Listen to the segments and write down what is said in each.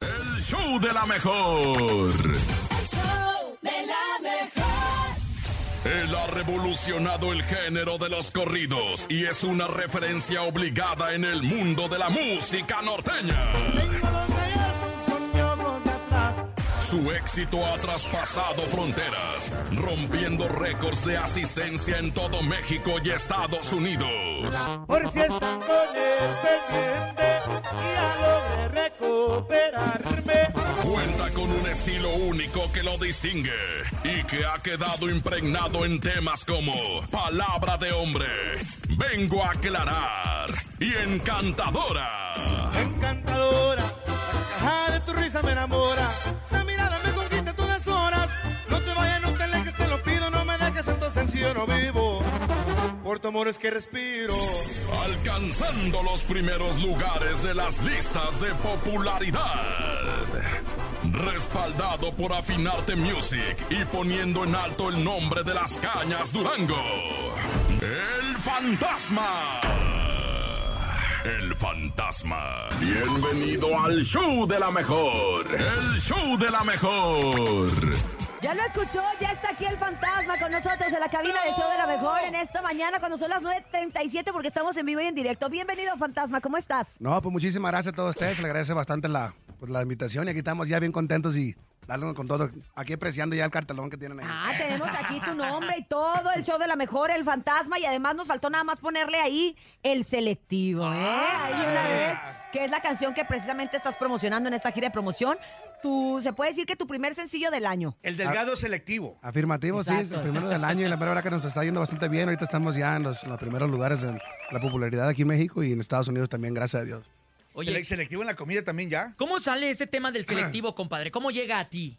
El show de la mejor. El show de la mejor. Él ha revolucionado el género de los corridos y es una referencia obligada en el mundo de la música norteña. Su éxito ha traspasado fronteras, rompiendo récords de asistencia en todo México y Estados Unidos. Por si están con el pendiente y a lo de recuperarme. Cuenta con un estilo único que lo distingue y que ha quedado impregnado en temas como Palabra de Hombre, Vengo a aclarar y Encantadora. Encantadora, la de tu risa me enamora. Esa mirada me conquista todas horas. No te vayas, no te alejes, te lo pido. No me dejes entonces en sí yo no vivo. Por tu amor es que respiro. Alcanzando los primeros lugares de las listas de popularidad. Respaldado por Afinarte Music y poniendo en alto el nombre de las cañas Durango. El fantasma. El fantasma. Bienvenido al show de la mejor. El show de la mejor. Ya lo escuchó, ya está aquí el fantasma con nosotros en la cabina del show de la mejor en esta mañana cuando son las 9.37 porque estamos en vivo y en directo. Bienvenido fantasma, ¿cómo estás? No, pues muchísimas gracias a todos ustedes. Le agradece bastante la, pues, la invitación y aquí estamos ya bien contentos y dando con todo. Aquí apreciando ya el cartelón que tienen ahí. Ah, tenemos aquí tu nombre y todo, el show de la mejor, el fantasma y además nos faltó nada más ponerle ahí el selectivo, ¿eh? Ahí una vez, que es la canción que precisamente estás promocionando en esta gira de promoción. Tu, se puede decir que tu primer sencillo del año. El delgado selectivo. Afirmativo, sí, es el Exacto. primero del año y la mera verdad que nos está yendo bastante bien. Ahorita estamos ya en los, en los primeros lugares en la popularidad aquí en México y en Estados Unidos también, gracias a Dios. Sele- Oye, selectivo en la comida también ya. ¿cómo sale este tema del selectivo, compadre? ¿Cómo llega a ti?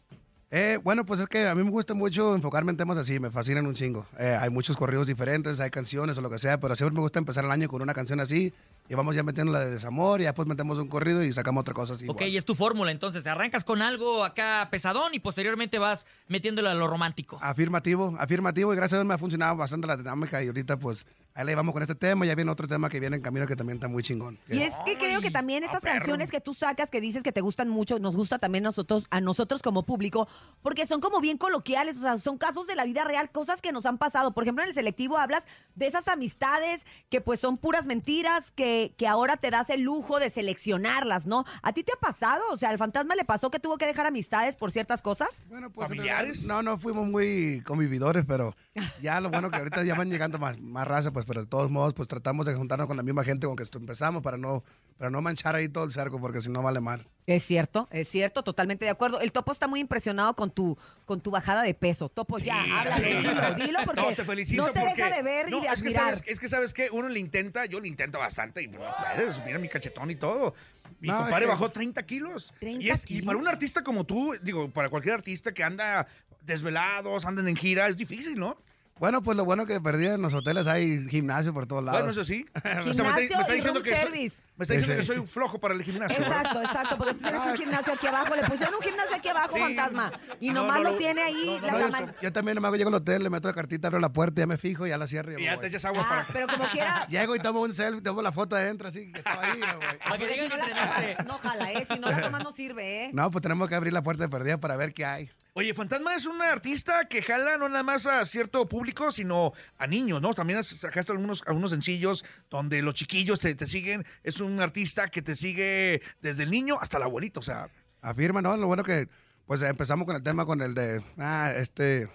Eh, bueno, pues es que a mí me gusta mucho enfocarme en temas así, me fascinan un chingo. Eh, hay muchos corridos diferentes, hay canciones o lo que sea, pero siempre me gusta empezar el año con una canción así y vamos ya metiendo la de desamor y después metemos un corrido y sacamos otra cosa así. ok, igual. es tu fórmula, entonces arrancas con algo acá pesadón y posteriormente vas metiéndolo a lo romántico. Ah. Afirmativo, afirmativo y gracias a Dios me ha funcionado bastante la dinámica y ahorita pues ahí le vamos con este tema, ya viene otro tema que viene en camino que también está muy chingón. Y es que creo que también estas canciones que tú sacas, que dices que te gustan mucho, nos gusta también nosotros, a nosotros como público, porque son como bien coloquiales, o sea, son casos de la vida real, cosas que nos han pasado. Por ejemplo, en el selectivo hablas de esas amistades que pues son puras mentiras, que, que ahora te das el lujo de seleccionarlas, ¿no? ¿A ti te ha pasado? O sea, al fantasma le pasó que tuvo que dejar amistades por ciertas cosas. Bueno, pues, ¿Familiares? en realidad, No, no fuimos muy convividores, pero ya lo bueno que ahorita ya van llegando más, más raza, pues, pero de todos modos, pues tratamos de juntarnos con la misma gente con que estu- empezamos para no, para no manchar ahí todo el cerco, porque si no vale mal. Es cierto, es cierto, totalmente de acuerdo. El topo está muy impresionado con tu, con tu bajada de peso. Topo, ya, habla, dilo, dilo, porque no, te felicito no te porque... deja de ver no, y de es que, admirar. sabes, es que sabes que uno le intenta, yo le intento bastante y no puedes, mira mi cachetón y todo. Mi No, compadre es que- bajó 30 kilos. 30 y, es, y para un kilos. artista como tú, digo, para cualquier artista que anda desvelados, andan en gira, es difícil, ¿no? Bueno, pues lo bueno que perdí en los hoteles hay gimnasio por todos lados. Bueno, eso sí. O sea, Gimnasio y room que soy, service. me está diciendo Sí, que sí. soy flojo para el gimnasio. ¿verdad? Exacto, exacto, porque tú tienes un gimnasio aquí abajo, le pusieron un gimnasio aquí abajo, Ah. Sí. fantasma, y No, nomás no lo lo- tiene ahí no, no la No, yo, cama- yo también nomás llego al hotel, le meto la cartita, abro la puerta, ya me fijo, ya la cierro. y Y ya me ya voy. te echas agua Ah, para... pero como quiera, Llego y tomo un selfie, tomo la foto adentro, así que estaba ahí. ya, güey. Para que porque si digan no que la entrenaste. tomas, no jala, ¿eh? Si no la tomas no sirve, ¿eh? No, pues tenemos que abrir la puerta de perdida para ver qué hay. Oye, Fantasma es una artista que jala no nada más a cierto público, sino a niños, ¿no? También has- sacaste algunos, algunos sencillos donde los chiquillos te, te siguen. Es un artista que te sigue desde el niño hasta el abuelito, o sea. Afirma, ¿no? Lo bueno que, pues empezamos con el tema con el de, ah, este,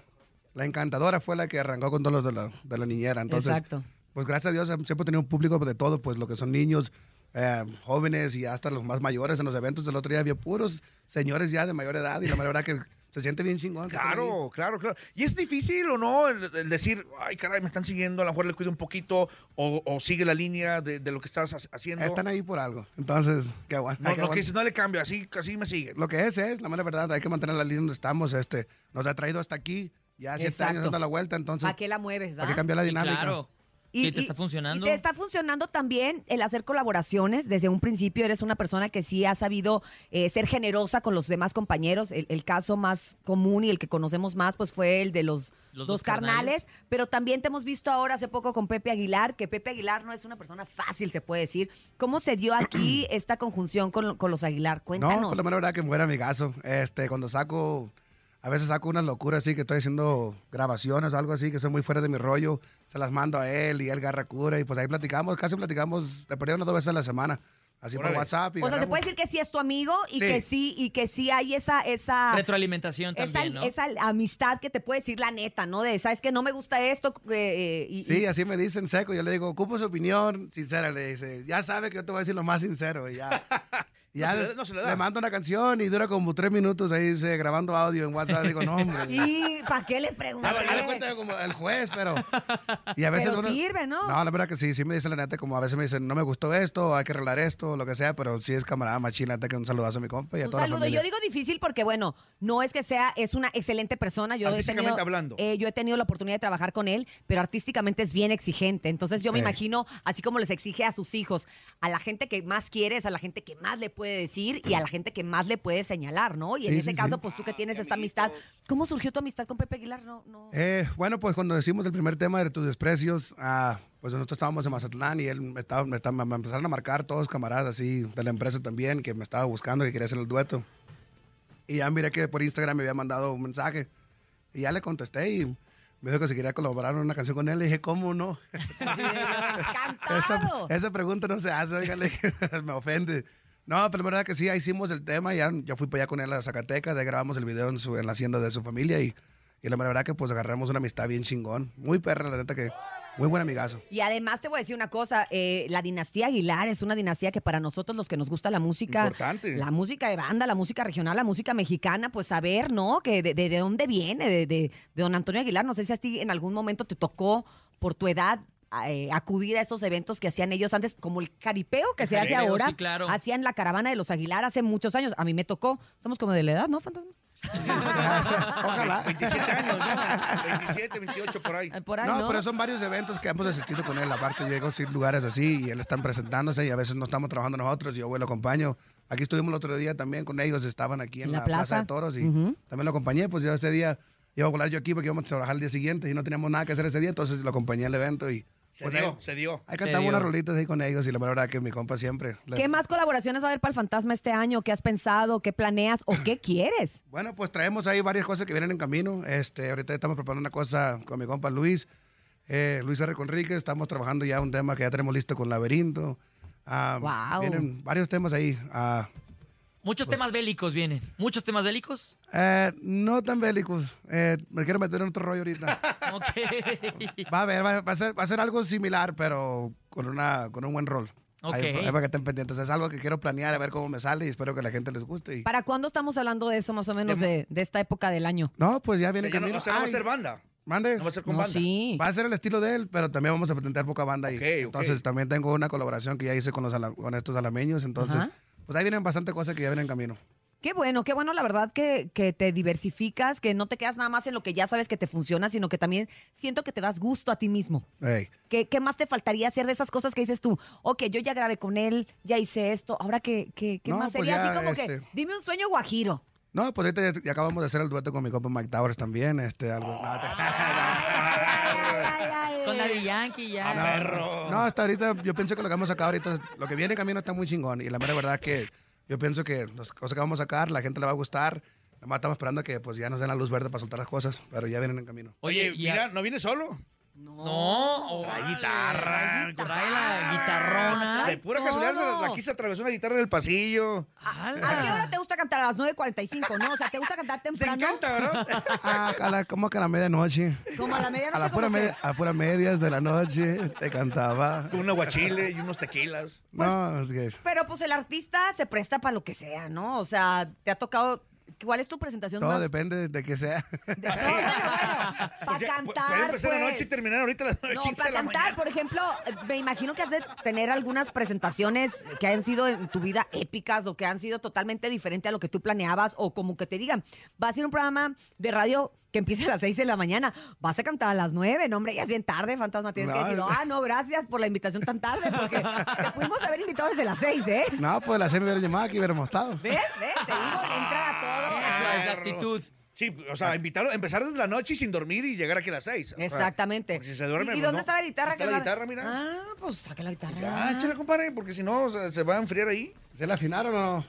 la encantadora fue la que arrancó con todos los de la, de la niñera. Entonces, Exacto. pues gracias a Dios siempre he tenido un público de todo, pues lo que son niños, eh, jóvenes y hasta los más mayores en los eventos. El otro día había puros señores ya de mayor edad y la mera verdad que se siente bien chingón. que estén ahí. Claro, claro, claro. ¿Y es difícil o no el, el decir, ay, caray, me están siguiendo, a lo mejor le cuido un poquito o, o sigue la línea de, de lo que estás ha- haciendo? Están ahí por algo. Entonces, qué guay. No, lo que dices, no le cambio, así, así me siguen. lo que es es, la mera verdad, hay que mantener la línea donde estamos. Este, nos ha traído hasta aquí, ya siete Exacto. años dando la vuelta, entonces, ¿Para qué la mueves, ¿para qué va? cambiar la Sí, dinámica? claro. Sí, te está funcionando. y te está funcionando también el hacer colaboraciones. Desde un principio eres una persona que sí ha sabido eh, ser generosa con los demás compañeros. El, el caso más común y el que conocemos más, pues fue el de los, dos Los dos carnales. carnales. Pero también te hemos visto ahora hace poco con Pepe Aguilar, que Pepe Aguilar no es una persona fácil, se puede decir. ¿Cómo se dio aquí esta conjunción con, con los Aguilar? Cuéntanos. No, por la mera verdad que muera mi caso. Este, cuando saco, a veces saco unas locuras así que estoy haciendo grabaciones o algo así que son muy fuera de mi rollo. Se las mando a él y él agarra cura y pues ahí platicamos, casi platicamos, te perdí unas dos veces a la semana. Así por Órale. WhatsApp. Y o sea, se agarramos- puede decir que sí es tu amigo y Sí. que sí, y que sí hay esa, esa Retroalimentación esa, también, ¿no? esa amistad que te puede decir la neta, ¿no? De, ¿sabes que No me gusta esto. eh, eh, y, Sí, así me dicen seco. Yo le digo, ocupo su opinión sincera. Le dice, ya sabe que yo te voy a decir lo más sincero. Y ya. Y No ya se le da- no se le da. mando una canción y dura como tres minutos ahí dice, grabando audio en WhatsApp. Digo, no, hombre. para qué le A ver, haz de pregunté? cuenta como el juez, pero. Y a veces Pero uno- sirve, ¿no? No, la verdad que sí, sí me dicen la neta, como a veces me dicen, no me gustó esto, hay que arreglar esto, lo que sea, pero sí es camarada machín, la neta que un saludazo a mi compa y a Un toda la saludo. familia. Yo digo difícil porque, bueno, no es que sea, es una excelente persona. Yo he Artísticamente tenido, hablando. eh, yo he tenido la oportunidad de trabajar con él, pero artísticamente es bien exigente. Entonces yo me Eh. imagino, así como les exige a sus hijos, a la gente que más quieres, a la gente que más le puede decir y a la gente que más le puede señalar, ¿no? Y en Sí, ese sí, caso, sí. pues tú que tienes esta amistad. ¿Cómo surgió tu amistad con Pepe Aguilar? No, no. Eh, bueno, pues cuando decimos el primer tema de tus desprecios, ah, pues nosotros estábamos en Mazatlán y él me, estaba, me, estaba- me empezaron a marcar todos camaradas así de la empresa también que me estaba buscando, que quería hacer el dueto. Y ya miré que por Instagram me había mandado un mensaje y ya le contesté y me dijo que si quería colaborar en una canción con él. Le dije, ¿cómo no? Esa, Encantado. esa pregunta no se hace, oiga, le dije, me ofende. No, pero la verdad que sí, ahí hicimos el tema, ya, ya fui para allá con él a Zacatecas, ahí grabamos el video en, su- en la hacienda de su familia y, y la mera verdad que pues agarramos una amistad bien chingón. Muy perra, la neta que, muy buen amigazo. Y además te voy a decir una cosa, eh, la dinastía Aguilar es una dinastía que para nosotros los que nos gusta la música, Importante. la música de banda, la música regional, la música mexicana, pues saber, ¿no? Que de, de- de dónde viene, de, de- de don Antonio Aguilar, no sé si a ti en algún momento te tocó por tu edad. eh, acudir a estos eventos que hacían ellos antes, como el caripeo que El se hace jaripeo, ahora, sí, claro. hacían la caravana de los Aguilar hace muchos años, a mí me tocó, somos como de la edad, ¿no, Fantasma? Ojalá. 27 años, ¿no? 27, 28 por ahí. Eh, Por ahí, No, ¿no? pero son varios eventos que hemos asistido con él. Aparte, yo llego a sí, lugares así y él están presentándose y a veces no estamos trabajando nosotros. y Yo, güey, lo acompaño. Aquí estuvimos el otro día también con ellos. Estaban aquí en, En la, la plaza. plaza. de Toros y Ujú. también lo acompañé. Pues yo ese día iba a volar yo aquí porque íbamos a trabajar el día siguiente y no teníamos nada que hacer ese día. Entonces lo acompañé al evento y Se pues, dio, ahí, se dio. ahí Se cantamos dio. unas rolitas ahí con ellos y la verdad que mi compa siempre. le- ¿Qué más colaboraciones va a haber para el Fantasma este año? ¿Qué has pensado? ¿Qué planeas? ¿O qué quieres? Bueno, pues traemos ahí varias cosas que vienen en camino. Este, ahorita estamos preparando una cosa con mi compa Luis, eh, Luis R. Conríquez. Estamos trabajando ya un tema que ya tenemos listo con Laberinto. Ah, Guau. Vienen varios temas ahí. Ah, Muchos temas bélicos vienen. Muchos temas bélicos. eh, no tan bélicos. Eh, me quiero meter en otro rollo ahorita. Ok. Va a ver, va, va a ser, va a ser algo similar, pero con, una, con un buen rol. Ok. Ahí, ahí para que estén pendientes. Es algo que quiero planear, a ver cómo me sale y espero que a la gente les guste. y- ¿Para cuándo estamos hablando de eso más o menos De- de, de esta época del año? No, pues ya O viene sea, ya no, camino. o sea, no va a Ay, ser banda. mande. No va a ser con No, banda. sí. Va a ser el estilo de él, pero también vamos a presentar poca banda ahí. Ok, ok. Entonces, también tengo una colaboración que ya hice con, los ala- con estos alameños. Entonces, Ajá. pues ahí vienen bastante cosas que ya vienen en camino. Qué bueno, qué bueno, la verdad, que, que te diversificas, que no te quedas nada más en lo que ya sabes que te funciona, sino que también siento que te das gusto a ti mismo. Ey. ¿Qué, qué más te faltaría hacer de esas cosas que dices tú? Ok, yo ya grabé con él, ya hice esto, ahora qué, qué, qué No, más pues sería ya, así como que, este- dime un sueño guajiro. No, pues ahorita ya, ya acabamos de hacer el dueto con mi compa Mike Towers también. Este, algo. No, te- Con Daddy Yankee ya. No, Oh. No, hasta ahorita yo pienso que lo que vamos a sacar ahorita, lo que viene en camino está muy chingón. Y la mera verdad que yo pienso que las cosas que vamos a sacar, la gente le va a gustar. Nada más estamos esperando que pues ya nos den la luz verde para soltar las cosas, pero ya vienen en camino. Oye, y a- mira, ¿no viene solo? No, Trae órale, guitarra, Trae la guitarrona. De pura casualidad se la, la quise atravesar una guitarra en el pasillo. ¿A qué hora te gusta cantar? A las 9.45, ¿no? O sea, ¿te gusta cantar Te temprano? encanta, ¿verdad? Ah, a la- como que a la medianoche. Como a la A medianoche. las puras como que- media- a puras medias de la noche te cantaba. Con un aguachile y unos tequilas. No, es que- Pero pues el artista se presta para lo que sea, ¿no? O sea, te ha tocado. ¿Cuál es tu presentación todo más? depende de que sea. No, bueno, bueno. Para cantar. Puede empezar la pues. noche y terminar ahorita a las 9.15 No, de para la cantar, mañana. por ejemplo, eh, me imagino que has de tener algunas presentaciones que han sido en tu vida épicas o que han sido totalmente diferente a lo que tú planeabas o como que te digan, va a ser un programa de radio que empiece a las 6 de la mañana, vas a cantar a las 9, no hombre, ya es bien tarde, fantasma, tienes que No, decir, no. ah, no, gracias por la invitación tan tarde, porque te pudimos haber invitado desde las 6, ¿eh? No, pues la C me hubiera llamado aquí, hubiéramos estado. ¿Ves? ¿Ves? Te digo, Ah, le entra a todo. Eso es la actitud. Sí, o sea, invitarlo, empezar desde la noche y sin dormir y llegar aquí a las 6. Exactamente. Porque ah. si se duerme, ¿Y, y pues, dónde no. está la guitarra? Está que la guitarra, mira. Ah, pues saca la guitarra. Ah, échale, compadre, porque si no o sea, se va a enfriar ahí. ¿Se la afinaron o no?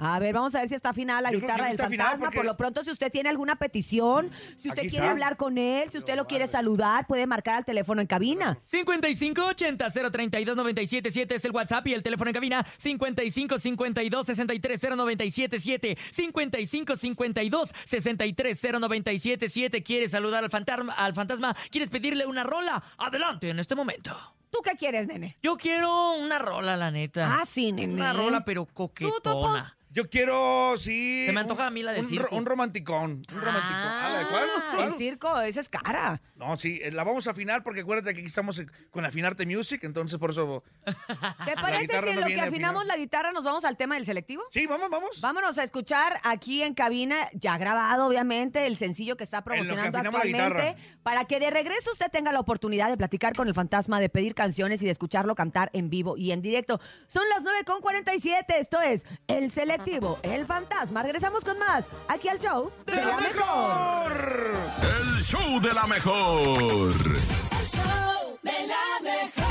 A ver, vamos a ver si está afinada la Yo creo que guitarra no del está afinada fantasma. porque- Por lo pronto, si usted tiene alguna petición, si usted Aquí quiere está. hablar con él, si usted lo quiere saludar, puede marcar al teléfono en cabina. 5580-032-977 es el WhatsApp y el teléfono en cabina 5552-630977. 5552-630977. ¿Quieres saludar al fantasma, al fantasma? ¿Quieres pedirle una rola? Adelante en este momento. ¿Tú qué quieres, nene? Yo quiero una rola, la neta. Ah, sí, nene. ¿eh? Una rola, pero Topo? coquetona. Yo quiero, sí. Se me un- antoja a mí la del un, circo. ro- un romanticón. Un romanticón. Ah, ¿la de cuál? Ah, ¿Cuál? El circo, esa es cara. No, sí, eh, la vamos a afinar porque acuérdate que aquí estamos eh, con Afinarte Music, entonces por eso. ¿Te La parece guitarra si en no lo que viene afinada. afinamos la guitarra nos vamos al tema del selectivo? Sí, vamos, vamos. Vámonos a escuchar aquí en cabina, ya grabado obviamente, el sencillo que está En lo que promocionando afinamos la actualmente, para que de regreso usted tenga la oportunidad de platicar con el fantasma, de pedir canciones y de escucharlo cantar en vivo y en directo. Son las 9.47, esto es El Selectivo, El Fantasma. Regresamos con más, aquí al show de la mejor. El show de la mejor. El show de la mejor.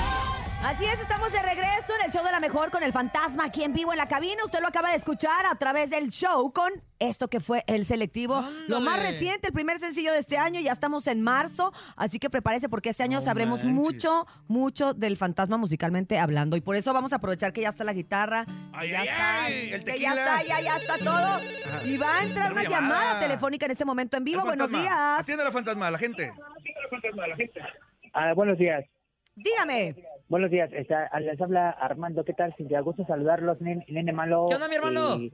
Así es, estamos de regreso en el show de la mejor con el fantasma aquí en vivo en la cabina. Usted lo acaba de escuchar a través del show con esto que fue el selectivo. Lo más reciente, el primer sencillo de este año. Ya estamos en marzo, así que prepárese porque este año No sabremos manches. mucho, mucho del fantasma musicalmente hablando. Y por eso vamos a aprovechar que ya está la guitarra, Ay, que ya ay, está, ay, el que ya tequila. está, ya, ya está todo. Y va a entrar una Una llamada. llamada. telefónica en este momento en vivo. El Buenos fantasma. días. Atiende a la fantasma, la gente. Ah, buenos días. Dígame. Buenos días. Está- les habla Armando. ¿Qué tal? Cintia, gusto saludarlos, nene, nene malo. ¿Qué onda, mi hermano? Y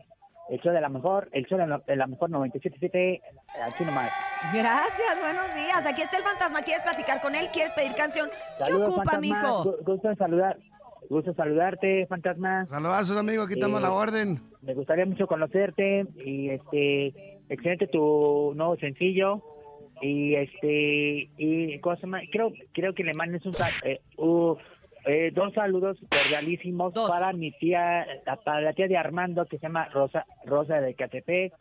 el show de la mejor, el show de la, de la mejor 97.7, eh, aquí nomás. Gracias, buenos días. Aquí está el fantasma. ¿Quieres platicar con él? ¿Quieres pedir canción? ¿Qué Saludos, ocupa, fantasma. mijo? Gu- Gusto en saludar. Gusto en saludarte, fantasma. Saludos a sus amigos, aquí estamos a la orden. Me gustaría mucho conocerte y este excelente tu nuevo sencillo y este y ¿cómo se llama? creo creo que le mandes un sal- eh, u- eh, dos saludos cordialísimos Dos. para mi tía para la tía de Armando que se llama Rosa Rosa de Catepec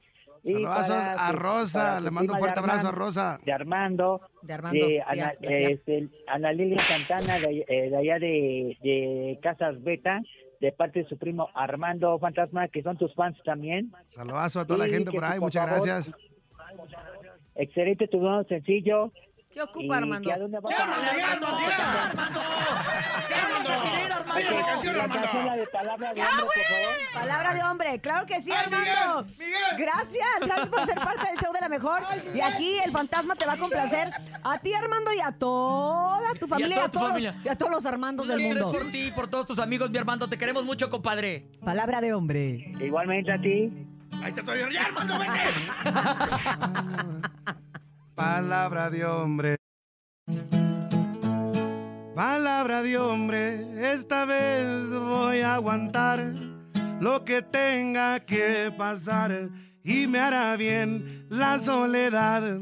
y Saludos para a su- para Rosa, su le mando un prima fuerte de Armando- abrazo a Rosa. de Armando De de Armando, tía, eh, Ana, la tía. este, Ana Lilia Santana de, eh, de allá de, de Casas Beta de parte de su primo Armando Fantasma que son tus fans también Saludos a toda la Sí, gente que por sí, ahí, por muchas favor. gracias. Excelente tu nuevo sencillo. ¿Qué ocupa, y Armando? que a dónde va Armando, Armando. Armando, Oye, la Armando. canción, La Armando. canción, la de palabra de hombre, por favor. ¡Ah, Palabra de hombre, claro que sí, Ay, Armando. Miguel, Miguel. Gracias, gracias por ser parte del show de la mejor. y aquí el fantasma te va a complacer a ti, Armando, y a toda tu familia, y toda a, tu todos, familia. y a todos los Armandos del Quiero mundo. por ti y por todos tus amigos, mi Armando. Te queremos mucho, compadre. Palabra de hombre. Igualmente a ti. Ahí está todavía. ¡Ya, Armando, vete! Palabra de hombre. Palabra de hombre, esta vez voy a aguantar lo que tenga que pasar y me hará bien la soledad.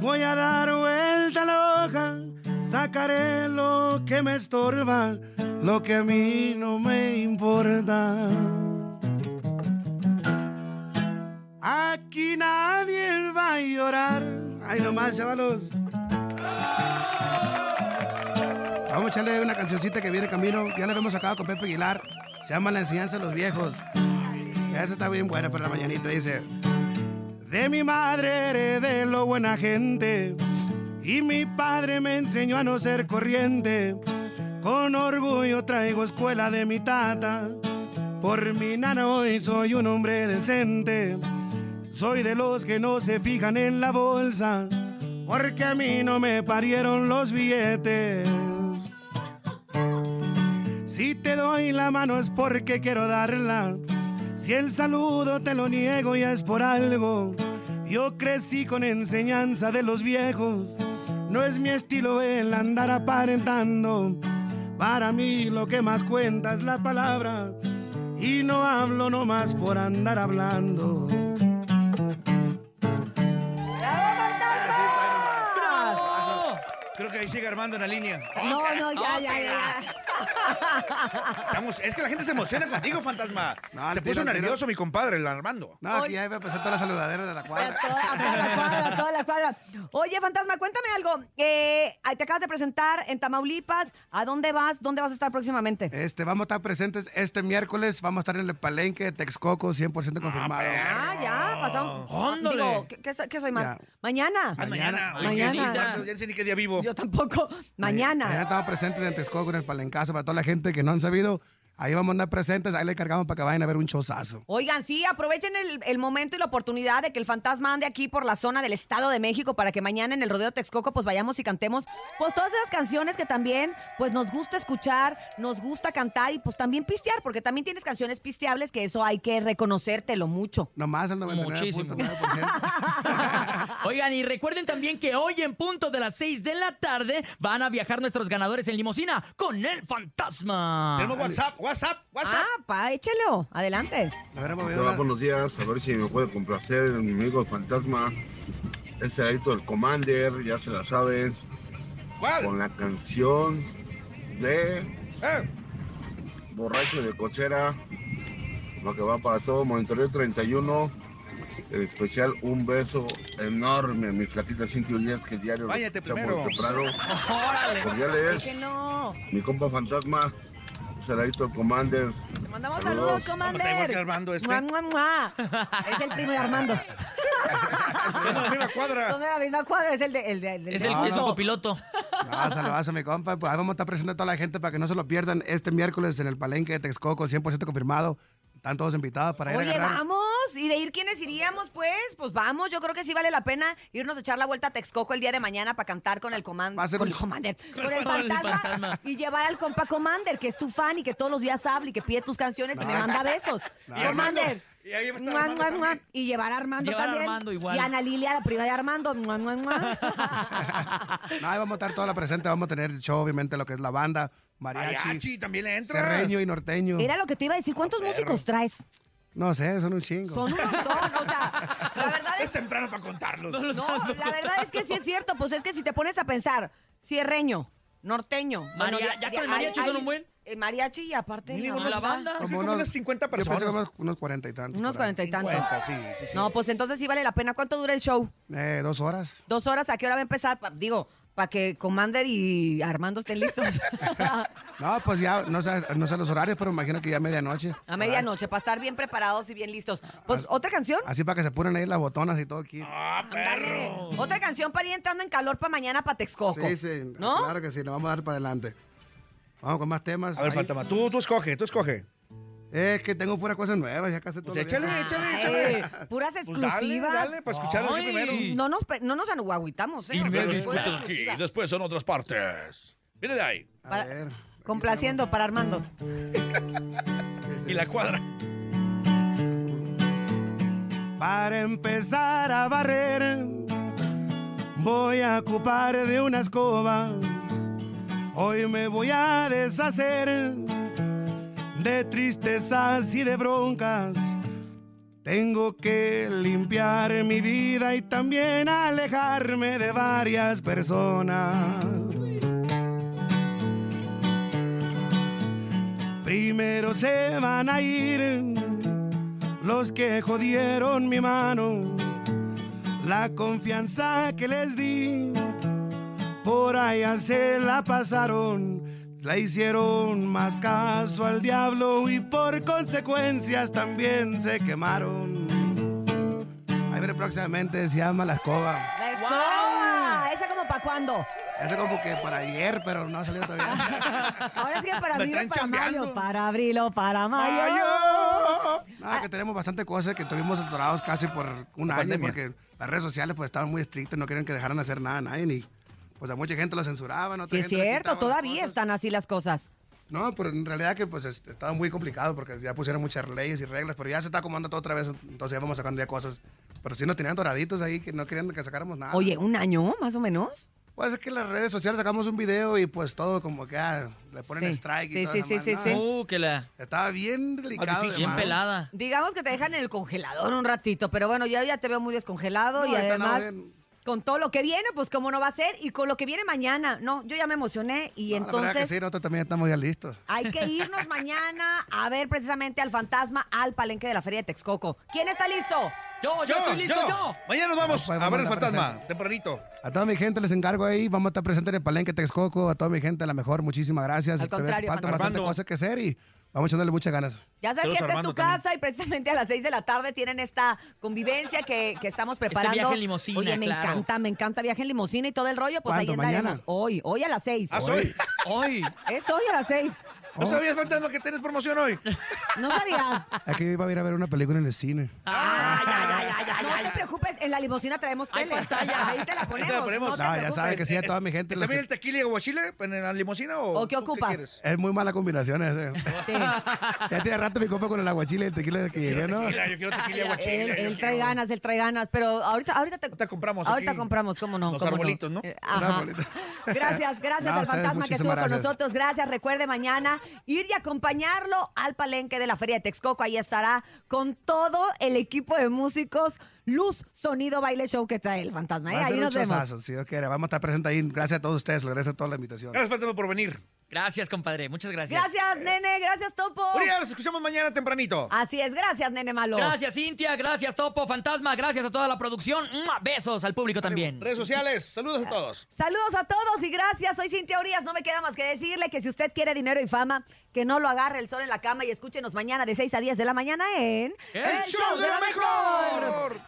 Voy a dar vuelta a la hoja, sacaré lo que me estorba, lo que a mí no me importa. Aquí nadie va a llorar. Ay, nomás, chavalos. Vamos a echarle una cancioncita que viene camino. Ya la hemos sacado con Pepe Aguilar. Se llama La enseñanza de los viejos. Que Esa está bien buena para la mañanita. Dice: De mi madre heredé lo buena gente. Y mi padre me enseñó a no ser corriente. Con orgullo traigo escuela de mi tata. Por mi nana hoy soy un hombre decente. Soy de los que no se fijan en la bolsa, porque a mí no me parieron los billetes. Si te doy la mano es porque quiero darla. Si el saludo te lo niego ya es por algo. Yo crecí con enseñanza de los viejos. No es mi estilo el andar aparentando. Para mí lo que más cuenta es la palabra. Y no hablo nomás por andar hablando. Creo que ahí sigue Armando en la línea. No, no, ya, ya, ya. Estamos, es que la gente se emociona contigo, fantasma. No, se tira, puso tira. nervioso mi compadre, el Armando. No, aquí ya iba a empezar toda la saludadera de la A cuadra. toda, a toda la cuadra, a toda la cuadra. Oye, fantasma, cuéntame algo. Eh, te acabas de presentar en Tamaulipas. ¿A dónde vas? ¿Dónde vas a estar próximamente? Este, vamos a estar presentes este miércoles. Vamos a estar en el Palenque de Texcoco, 100% confirmado. Ah, ya, pasado. Ándale. Digo, ¿qué, qué so- qué soy más? Ya. Mañana. Ah, mañana. Mañana. Mañana. Mañana. Ya sé ni qué día vivo. Yo tampoco. Mañana. Mañana estamos presentes en Texcoco, en el Palencazo, para toda la gente que no han sabido. Ahí vamos a andar presentes, ahí le cargamos para que vayan a ver un chozazo. Oigan, sí, aprovechen el, el momento y la oportunidad de que el fantasma ande aquí por la zona del Estado de México para que mañana en el Rodeo Texcoco pues vayamos y cantemos pues todas esas canciones que también pues nos gusta escuchar, nos gusta cantar y pues también pistear, porque también tienes canciones pisteables que eso hay que reconocértelo mucho. Nomás el Muchísimo. 99.9%. Oigan, y recuerden también que hoy en punto de las 6 de la tarde van a viajar nuestros ganadores en limusina con el fantasma. Tenemos WhatsApp, WhatsApp, WhatsApp. Ah, pa, échelo, adelante. Lo hubiéramos movido Hola, la- buenos días. A ver si me puede complacer mi amigo el fantasma. Este ladito del Commander, ya se la saben, Ah. ¿Cuál? con la canción de Eh, Borracho de Cochera, lo que va para todo, Monitoreo 31. El especial, un beso enorme a mi flaquita Cintia Urias, que diario lo Báñate escucha primero. muy temprano. Órale. Pues, Cordiales, Que no. mi compa fantasma, Ceradito el Commander. Te Saludos. mandamos saludos, Está igual pues, que Commander. Armando este. Mua, mua, mua. Es el primo de Armando. Son de la misma Son cuadra. de la misma cuadra, es el de... El de- el Es de- el No, es su no. copiloto. No, saludos a mi compa. Pues ahí vamos a estar presentes a toda la gente para que no se lo pierdan este miércoles en el Palenque de Texcoco, 100% confirmado. Están todos invitados para ir a Oye, agarrar. vamos. ¿Y de ir quiénes iríamos, pues? Pues vamos. Yo creo que sí vale la pena irnos a echar la vuelta a Texcoco el día de mañana para cantar con el comando. Va a ser Con un- el commander. Con el Con el fantasma. fantasma. Y llevar al compa Commander, que es tu fan y que todos los días habla y que pide tus canciones y me manda besos. No. Commander. Y ahí va a estar Mua, Armando mua, mua. también. Y llevar a Armando Llevar a también. Armando igual. Y Ana Lilia, la prima de Armando. Mua, mua, mua. No, ahí vamos a estar toda la presente. Vamos a tener el show, obviamente, lo que es la banda, mariachi, Mariachi, ah, también le entras. serreño y norteño. Era lo que te iba a decir. ¿Cuántos músicos traes? No sé, son un chingo. Son un montón. O sea, la verdad es Este Es temprano para contarlos. No, la verdad es que sí es cierto. Pues es que si te pones a pensar, cierreño, norteño, Mari- maria- ya con el mariachi hay- son un buen. eh, mariachi y aparte Mínimo la la banda. banda. Como unas 50 Yo pensé que personas. unos- unos 40 y tantos. Unos por ahí. cuarenta y tantos. 50, sí, sí, sí. No, pues entonces sí vale la pena. ¿Cuánto dura el show? Eh, dos horas. ¿Dos horas? ¿A qué hora va a empezar? Pa- digo, para que Commander y Armando estén listos. Ah. No, pues ya, no sé, no sé los horarios, pero me imagino que ya medianoche. a medianoche, para estar bien preparados y bien listos. Pues otra canción. Así para que se ponen ahí las botonas y todo aquí. Ah, perro. Otra canción para ir entrando en calor para mañana para Texcoco. sí, sí, ¿No? claro que sí, nos vamos a dar para adelante. Vamos con más temas. A ver, Ahí- Fantasma, tú, tú escoge, tú escoge. Es que tengo puras cosas nuevas, ya casi todo. Pues échale, bien. échale, Ay, échale. puras Pues dale, exclusivas. dale, para escucharlo aquí Ay. primero. No nos, pe- no nos anuaguitamos, ¿eh? Y Puras luego exclusivas. escuchas después son otras partes. Viene de ahí. A Para- ver, aquí Complaciendo para Armando. tenemos- Y la cuadra. Para empezar a barrer, voy a ocupar de una escoba. Hoy me voy a deshacer de tristezas y de broncas. Tengo que limpiar mi vida y también alejarme de varias personas. Primero se van a ir los que jodieron mi mano, la confianza que les di, por allá se la pasaron, la hicieron más caso al diablo y por consecuencias también se quemaron. Ahí viene próximamente, se llama La Escoba. ¡La escoba! ¿Esa como para cuándo? Ese como que para ayer, pero no ha salido todavía. Ahora sí que para La abril o para traen mayo. chambeando. Para abril o para mayo. No, que tenemos bastante cosas que tuvimos atorados casi por un año porque las redes sociales pues estaban muy estrictas, no querían que dejaran hacer nada a nadie ni... Pues a mucha gente lo censuraban, otra Sí, es gente le cierto, quitaban las todavía cosas. están así las cosas. No, pero en realidad que pues es- estaba muy complicado porque ya pusieron muchas leyes y reglas, pero ya se está acomodando todo otra vez, entonces ya vamos sacando ya cosas Pero sí nos tenían doraditos ahí que no querían que sacáramos nada. Oye, ¿un año más o menos? Pues es que en las redes sociales sacamos un video y pues todo como que ah, le ponen Sí, strike y sí, todo sí, esa sí, madre. sí, No, sí. Uh, que la. Estaba bien delicado. de Bien mano. pelada. Digamos que te dejan en el congelador un ratito, pero bueno, ya, ya te veo muy descongelado No, eh. y ahorita andaba además... bien. Con todo lo que viene, pues cómo no va a ser. Y con lo que viene mañana, no, yo ya me emocioné y No, la verdad entonces... que sí, nosotros también estamos ya listos. Hay que irnos mañana a ver precisamente al fantasma al palenque de la Feria de Texcoco. ¿Quién está listo? Yo, yo, estoy listo, yo. Mañana nos vamos Ah, pues, a ver el vamos a fantasma, aparecer. tempranito. A toda mi gente les encargo ahí, vamos a estar presentes en el Palenque Texcoco, a toda mi gente, a la mejor, muchísimas gracias. Al Todavía contrario, falta Armando. bastante Armando. cosas que hacer y vamos echándole muchas ganas. Ya sabes Saludos que a esta es Armando tu casa y precisamente a las 6 de la tarde tienen esta convivencia que, que estamos preparando. Este viaje en limusina, Oye, me claro. encanta, me encanta viaje en limusina y todo el rollo. Pues ahí ¿Cuándo? andaremos. ¿Mañana? Hoy, hoy a las 6. Ah, soy. Hoy. Es hoy a las 6. ¿No sabías, fantasma, que tienes promoción hoy? No sabías. Aquí va a ir a ver una película en el cine. Ah, ya, ya, ya, ya, no ya, te ya. preocupes, en la limusina traemos Hay tele. pantalla. Ahí te la ponemos. ponemos. no te No, Ah, ya preocupes. saben que sí, a toda mi gente. ¿Está los bien el que- tequila y aguachile en la limusina o, ¿O qué tú ocupas? quieres? Es muy mala combinación ese. Sí. Ya tiene rato mi copa con el aguachile y el tequila que llegué, ¿no? Tequila, yo quiero Ah, tequila y aguachile. Él, yo él quiero. trae ganas, él trae ganas, pero ahorita, ahorita te Ahorita compramos Ahorita aquí compramos, cómo no. los cómo arbolitos, ¿no? Eh, ajá. arbolitos. Gracias, gracias No, a al ustedes, fantasma que estuvo muchísimas con gracias. nosotros. Gracias. Recuerde mañana ir y acompañarlo al palenque de la Feria de Texcoco. Ahí estará con todo el equipo de músicos, luz, sonido, baile, show que trae el fantasma. ¿eh? Va a Ahí ser un nos vemos. chozazo, si Dios quiere. Vamos a estar presentes ahí. Gracias a todos ustedes. Les agradezco toda la invitación. Gracias, fantasma, por venir. Gracias, compadre. Muchas gracias. Gracias, nene. Gracias, Topo. Uriel, nos escuchamos mañana tempranito. Así es, gracias, nene malo. Gracias, Cintia. Gracias, Topo Fantasma. Gracias a toda la producción. ¡Mua! Besos al público también. Redes sociales, saludos a todos. Saludos a todos y gracias. Soy Cintia Urias. No me queda más que decirle que si usted quiere dinero y fama, que no lo agarre el sol en la cama y escúchenos mañana de 6 a 10 de la mañana en... ¡El ¡Show de la mejor!